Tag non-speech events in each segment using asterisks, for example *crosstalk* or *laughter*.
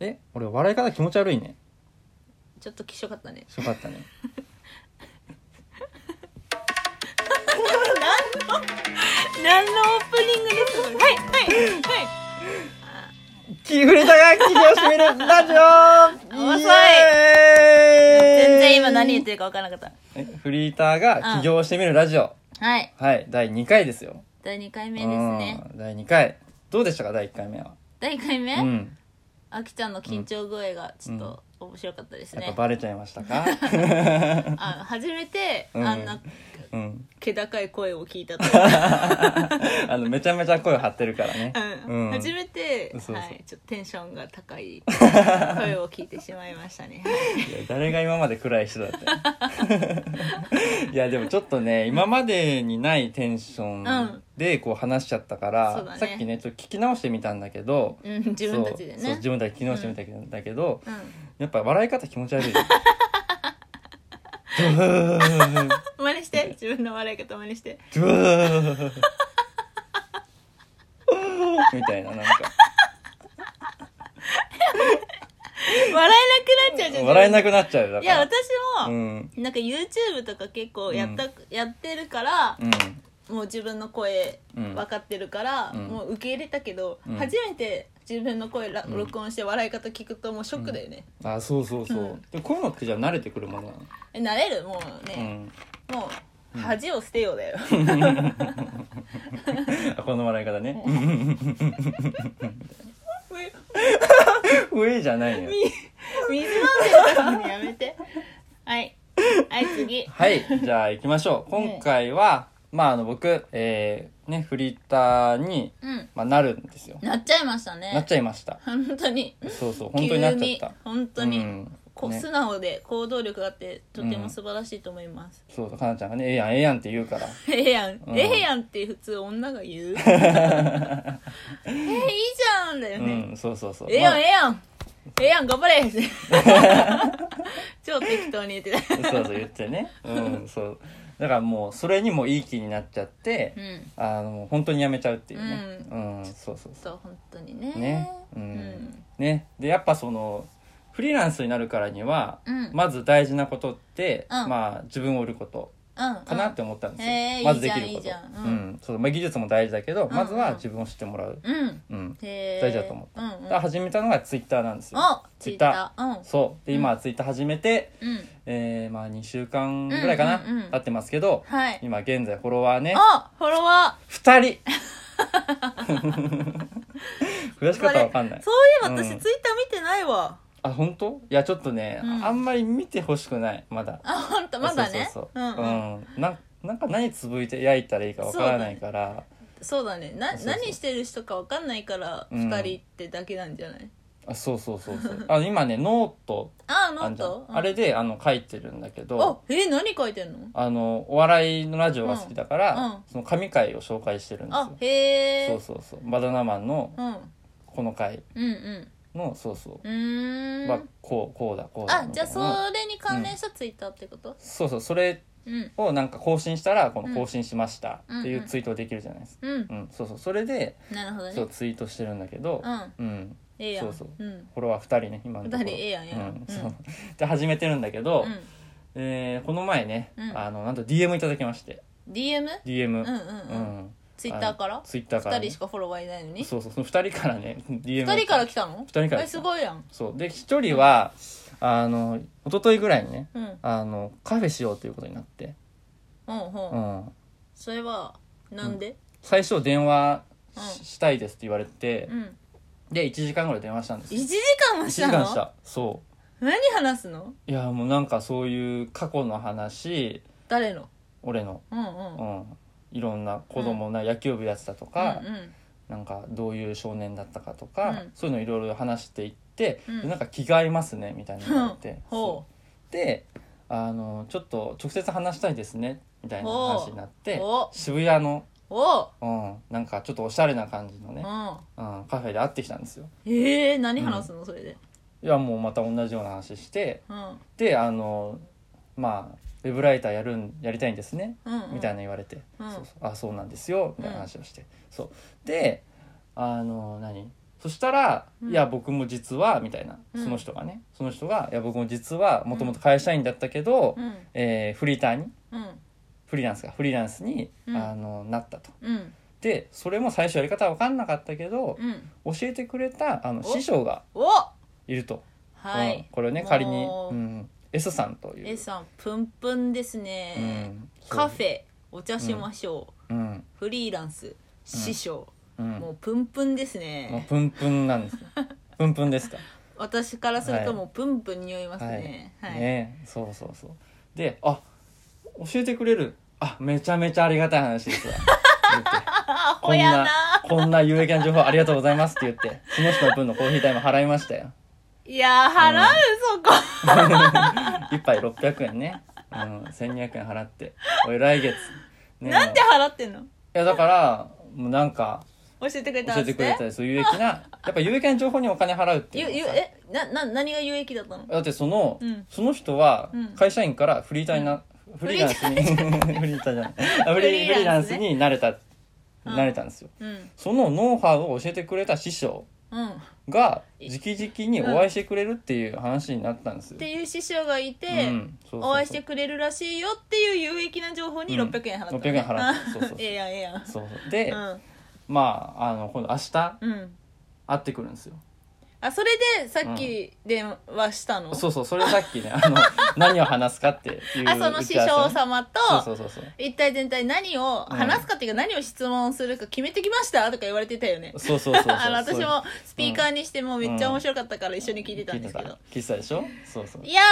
え俺笑い方気持ち悪いねちょっときしょか *laughs* ったねよかったね何のオープニングですはいはいはい *laughs* 気触れたが気を締めるラジオ遅いイエーイ全然今何言ってるか分からなかっえフリーターが起業してみるラジオ、たはいはい第2回ですよ第2回目ですねうん第2回どうでしたか第1回目は第1回目、うんあきちゃんの緊張声がちょっと面白かったですやっぱね、バレちゃいました *laughs* かあ初めてうんあんなうん気高い声を聞いたと、あのめちゃめちゃ声張ってるからねうん初めてそうそうはい、ちょっとテンションが *laughs* 高い声を聞いてしまいましたね、はいいや誰が今まで暗い人だって *laughs* いやでもちょっとね今までにないテンションでこう話しちゃったから、そうだねさっきねちょっと聞き直してみたんだけどうん、自分たちでそうそうね自分たち聞き直してみたんだけど、うやっぱ笑い方気持ち *laughs* 悪いドゥーん真 *laughs* 似して自分の笑い方真似してドゥーみたいななんか笑えなくなっちゃうじゃん笑えなくくなっちゃうだいかやら私も、うんなんか YouTube とか結構やった、うやってるからう、んもう自分の声うん分かってるから、うんもう受け入れたけど、うん初めて自分の声らん録音して笑い方聞くともうショックだよね、あそうそうそう、うんでもこういうのってじゃあ慣れてくるものなの、え慣れるもううね、んもう恥を捨てようだよあこの笑い方ね。 *laughs* 上じゃないのよ。水飲んでる時にやめてはいはい次はい、じゃあ行きまし *laughs* ょう。今回は、まああの僕、えー、ね、フリーターに、うんまあ、なるんですよ。なっちゃいましたねなっちゃいました。本当にそうそう、本当になっちゃった急。本当に、うんこうね素直で行動力があってとても素晴らしいと思います、そうそう、かなちゃんがね、ええやん、ええやんって言うから。 *laughs* ええやん、うんええやんって普通女 *laughs* が言うええいいじゃんだよね、うん、そうそうそう。ええやまあん、ええやん。ええやん、頑張れ超適当に言ってた。そうそう言ってね。うん、そう。だからもう、それにもいい気になっちゃって、うん。あの、本当にやめちゃうっていうね。うん、そうそうそう、本当にね。ね、うんうん。ね、でやっぱそのフリーランスになるからには、うんまず大事なことって、うんまあ、自分を売ることうん。かなって思ったんですよ、うんへーまずできることいいじゃんいいじゃんううんんそうまあ、技術も大事だけど、んまずは自分を知ってもらう、うん。うん、へー大事だと思った、うんだうん。から始めたのがツイッターなんですよおツイッター。うん。そうで今はツイッター始めて、うん。えーまあ、2週間ぐらいかな、うんうんうん経ってますけど、はい。今現在フォロワーねあフォロワ2人 *laughs* 増やし方わかんないー。そういえば私、うんツイッター見てないわ。あ本当いやちょっとね、うんあんまり見てほしくないまだあ、ほんと、まだね。そうそううそんううん。うんなんなんか何つぶいて焼いたらいいかわからないからそうだね。な、そうそう何してる人かわかんないから、うん二人ってだけなんじゃないあそうそうそうそうあ今ねノートあ、あノんーじゃんトあれであの書いてるんだけうんあど、え、何書いてんのあのお笑いのラジオが好きだから、うんうんその神回を紹介してるんであ、すへえ。よそうそうそうバナナマンのうん。この回うんうん。のそうそうう、ーんはこうこうだこうだあみじゃたあいなそのをれに関連したツイッターってことそうそうそれうんをなんか更新したらこうんの更新しましたっていうツイートできるじゃないですか、うんうんそうそうそれでなるほどそうねツイートしてるんだけどうんうん、ええやんそうそうんフォロワー2人ね今のところ二人ええやんええやんうんそううんで始めてるんだけど、うんえーこの前ね、うんあのなんと DM いただきまして DM? う DM んうんうんツイッターからツイッターから2ね、人しかフォロワーいないのにそうそうその2人からね DM 2人から来たの二人から来たえすごいやんそうで1人はあの一昨日ぐらいにねうんうんあのカフェしようということになって、ううんん、それはなんで最初電話し,、うんたいですって言われてう、んで1時間ぐらい電話したんですよ1時間も1し時た間しのたそ何話すのういやもうなんかそういう過去の話誰の俺のうんうんううんんいろんな子供な野球部やってたとか、うんなんかどういう少年だったかとか、うんそういうのいろいろ話していって、うんでなんか気が合いますねみたいに言われて、 *laughs* ほそうであのちょっと直接話したいですねみたいな話になってほう渋谷の、うおううん、なんかちょっとおしゃれな感じのね、うんうん、カフェで会ってきたんですよええ何話すのそれでいやもうまた同じような話してうんであのまあウェブライターやるんやりたいんですねうんうんみたいな言われて、うんそうそうあそうなんですよみたいな話をして、そうであの何そしたら「うんいや僕も実は」みたいなうんその人がねその人が「いや僕も実はもともと会社員だったけど、うんえーフリーターにうんフリーランスかフリーランスに、うんあのなったと。うんでそれも最初やり方は分かんなかったけど、うん教えてくれたあのお師匠がおいると、はうんいこれをね仮に、もう、うん S さんという A さんプンプンですうねん、そうカフェお茶しましょううんフリーランス師匠うんもうプンプンですもうねプンプンなんです *laughs* ねプンプンですか、私からするともうプンプン匂いますねはいねそうそうそうであ教えてくれるあめちゃめちゃありがたい話です *laughs* わ言ってあこほんやななこんな有益な情報ありがとうございますって言ってその人の分のコーヒー代も払いましたよいやー払うそこ一杯600円ね、うん、1200円払っておい来月、ね、なんでい払ってんのやだからもうなんか教えてくれた教えんてですくれねたりそう有益な *laughs* やっぱ有益な情報にお金払うっていうゆのはゆさえなな何が有益だったのだってその、うんその人はうん会社員からフリーターにな、フリーランスに *laughs* フリーターじゃないあフリーフフリリーーラランンスねスになれた、うんなれたんですようんそのノウハウを教えてくれた師匠うんが直々にお会いしてくれるっていう話になったんですっよ、ていう師匠がいて、うんそうそうそうお会いしてくれるらしいよっていう有益な情報に600円払ったの、うん600円払ったそうそうそう *laughs* ええやんええやんそうそうで、うんまああの今度明日会うんってくるんですよあそれでさっき電話したの、そうそうそれさっきねあの何を話すかっていうあその師打匠ち合わ様とせねそうそうそうそう一体全体何を話すかっていうか何を質問するか決めてきましたとか言われてたよねそうそうそうそうあの私そうもスピーカーにしてもうめっちゃ面白かったから一緒に聞いてた聞んいでてすけどた、聞いてたでしょそうそういや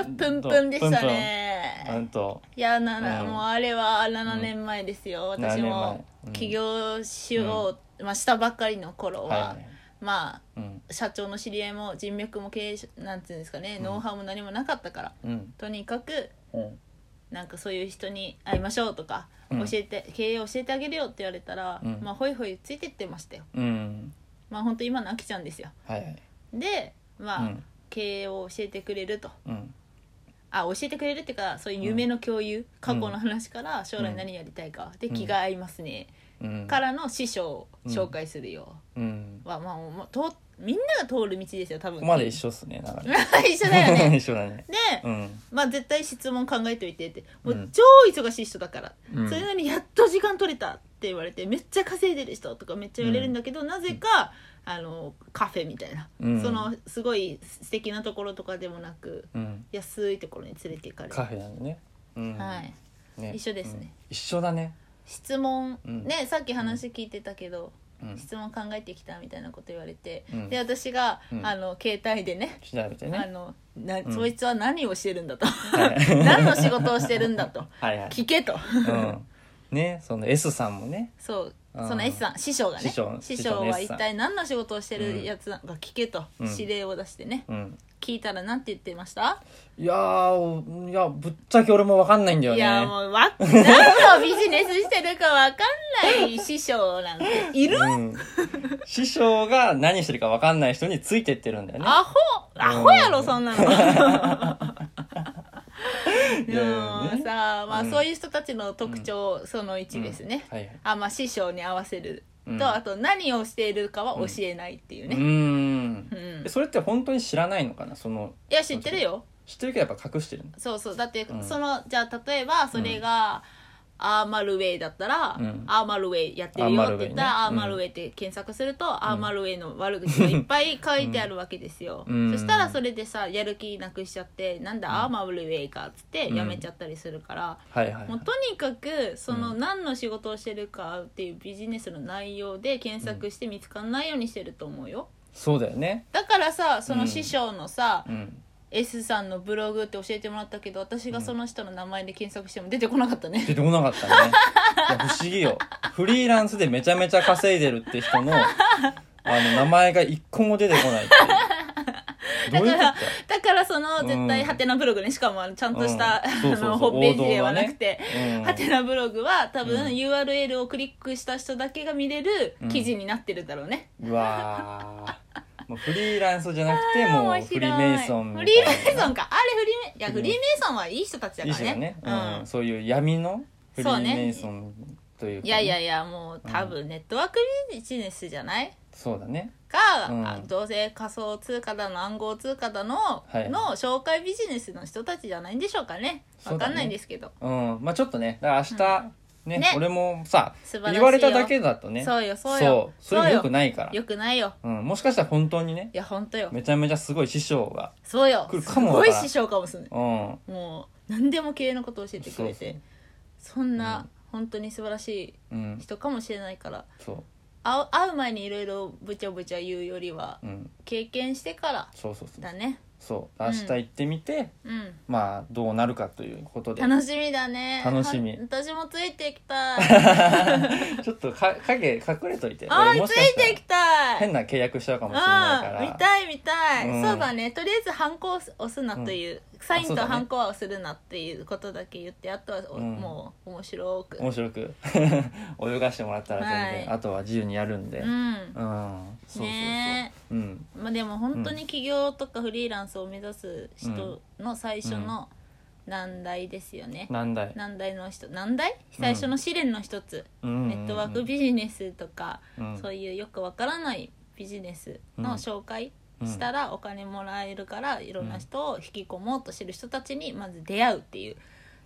ープンプンでしたねうんといやなな、うんもうあれは7年前ですよ、ん私7年も前うん起業しよう、まあ、したばっかりの頃は、はい、まうんあ社長の知り合いも人脈も経営者なんていうんですかね、ノウハウも何もなかったからうんとにかくうんなんかそういう人に会いましょうとか、うん教えて経営教えてあげるよって言われたら、うんまあホイホイついてってましたようんまあ本当今のあきちゃんですよはいはいでまあ、うん経営を教えてくれるとうんあ教えてくれるっていうかそういう夢の共有、過去の話から将来うん何やりたいか、でうん気が合いますね、うんからの師匠を紹介するよ、うんはまあもうとみんなが通る道ですよ多こ分こまで一緒っすね流 *laughs* 一緒だ *laughs* よれ、ね一緒だねで、うんまあ絶対質問考えといてってうもうん超忙しい人だから、うんそれなのにやっと時間取れたって言われてめっちゃ稼いでる人とかめっちゃ言われるんだけど、なぜかあのカフェみたいな、うんそのすごい素敵なところとかでもなくうん安いところに連れて行かれるカフェなんでねうんはいね一緒ですねうん一緒だね質問、うんねさっき話聞いてたけど、うん質問考えてきたみたいなこと言われて、うんで私が、うんあの携帯でね調べてあねのな、うんそいつは何をしてるんだとい何の仕事をしてるんだと *laughs* はいはい *laughs* 聞けとうんねその S さんもねそううんその S さん師匠がね師匠は師匠の S 一さん体何の仕事をしてるやつなのか聞けと、うん指令を出してねうん聞いたらなんて言ってました、いやーいやぶっちゃけ俺もわかんないんだよいやねもうわ何のビジネスしてるかわかんない師匠なんているうん師匠が何してるかわかんない人についてってるんだよねアホアホやろそんなのでもねさ、まあ、うんそういう人たちの特徴、その1ですね、うんはいはいあまあ、師匠に合わせると、うんあと何をしているかは教えないっていうね、うーんうんえそれって本当に知らないのかなそのいや知ってるよ知ってるけどやっぱ隠してるのそうそうだって、うんそのじゃあ例えばそれが、アーマルウェイだったら、うんアーマルウェイやってるよって言ったらアアーーママルルウウェイって検索すると、アーマルウェイの悪口がいっぱい書いてあるわけですよ、うんそしたらそれでさやる気なくしちゃってなんだ、アーマルウェイかっつってうんやめちゃったりするから、はいはいもうとにかくそのう何の仕事をしてるかっていうビジネスの内容で検索して見つかんないようにしてると思うよそうだよねだからさそうのん師匠のさ、うん S さんのブログって教えてもらったけど私がその人の名前で検索しても出てこなかったね出てこなかった *laughs* ねいや不思議よフリーランスでめちゃめちゃ稼いでるって人 *laughs* のあの名前が一個も出てこないっていうどういうことだだからその絶対うんハテナブログねしかもあのちゃんとした、うんそうそうそうあのホームページではなくてうんハテナブログは多分うん URL をクリックした人だけが見れるうん記事になってるだろうね、うわーもうフリーランスじゃなくてもう面フ白リいーメイソンフみリたいーなメイソンかあれフリーメイいやうんフリーメイソンはいい人たちだいいから人だねね、ううんんそういう闇のフリそうーねメイソンというかね、いやいやいやもう多分ネットワークビジネスじゃない、そうだねか、うんあどうせ仮想通貨だの暗号通貨だの、はいの紹介ビジネスの人たちじゃないんでしょうかねそうわだねかんないですけど、うんまあちょっとねだから明日ね,、ね俺もさ素晴らしいよ言われただけだとねそうよそうよそうそれもよくよないからよくないようん、もしかしたら本当にねいや本当よめちゃめちゃすごい師匠がそうよ来るかもすごわいからん師匠かもしれないうんもう何でも経営のことを教えてくれてそそうそうんな、本当に素晴らしうんい人かもしれないからそう会う会う前にいろいろぶちゃぶちゃ言うよりはうん経験してからそうそうそうだねそうう明ん日行ってみて、うんまあどうなるかということで楽しみだね楽しみは私もついていきたいちょっとか影隠れといてあ *laughs* 俺ーもつしかしいたていらきたい変な契約しちゃうかもしれないからうん見たい見たい、うんそうだねとりあえずハンコを押すなという、サインそうとだねハンコは押するなっていうことだけ言ってあとはお、うんもう面白く面白く *laughs* 泳がしてもらったら全然、はいあとは自由にやるんで、ううんんそうそうそう、ねうんまあ、でも本当に起業とかフリーランスを目指す人の最初の難題ですよね、難題難題の人難題最初の試練の一つ、うんネットワークビジネスとか、うんそういうよくわからないビジネスの紹介したらお金もらえるからいろんな人を引き込もうとしてる人たちにまず出会うっていう、うん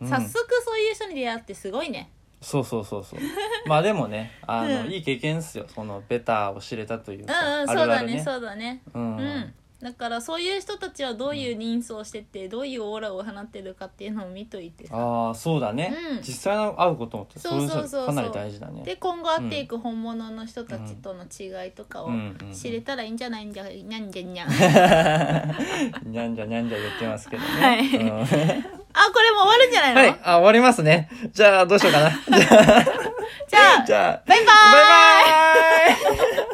早速そういう人に出会ってすごいねそうそうそうそう *laughs* まあでもねあの、うんいい経験っすよそのベターを知れたといううか、んうあんそうるあだるねねそうだねうんうん、だからそういう人たちはどういう人相をしてて、どういうオーラを放ってるかっていうのを見といてさああそうだね、うん実際の会うこともってそうそうそうそうれかなり大事だねで今後会っていく本物の人たちとの違いとかをうんうん知れたらいいんじゃないんじゃにゃんじゃにゃん *laughs* あこにゃんじゃにゃんじゃ言ってますけどね、はいうんはいれもう終わるんじゃないの、あ終わりますねじゃあどうしようかなじゃじゃああじゃあバイバーイバイバイ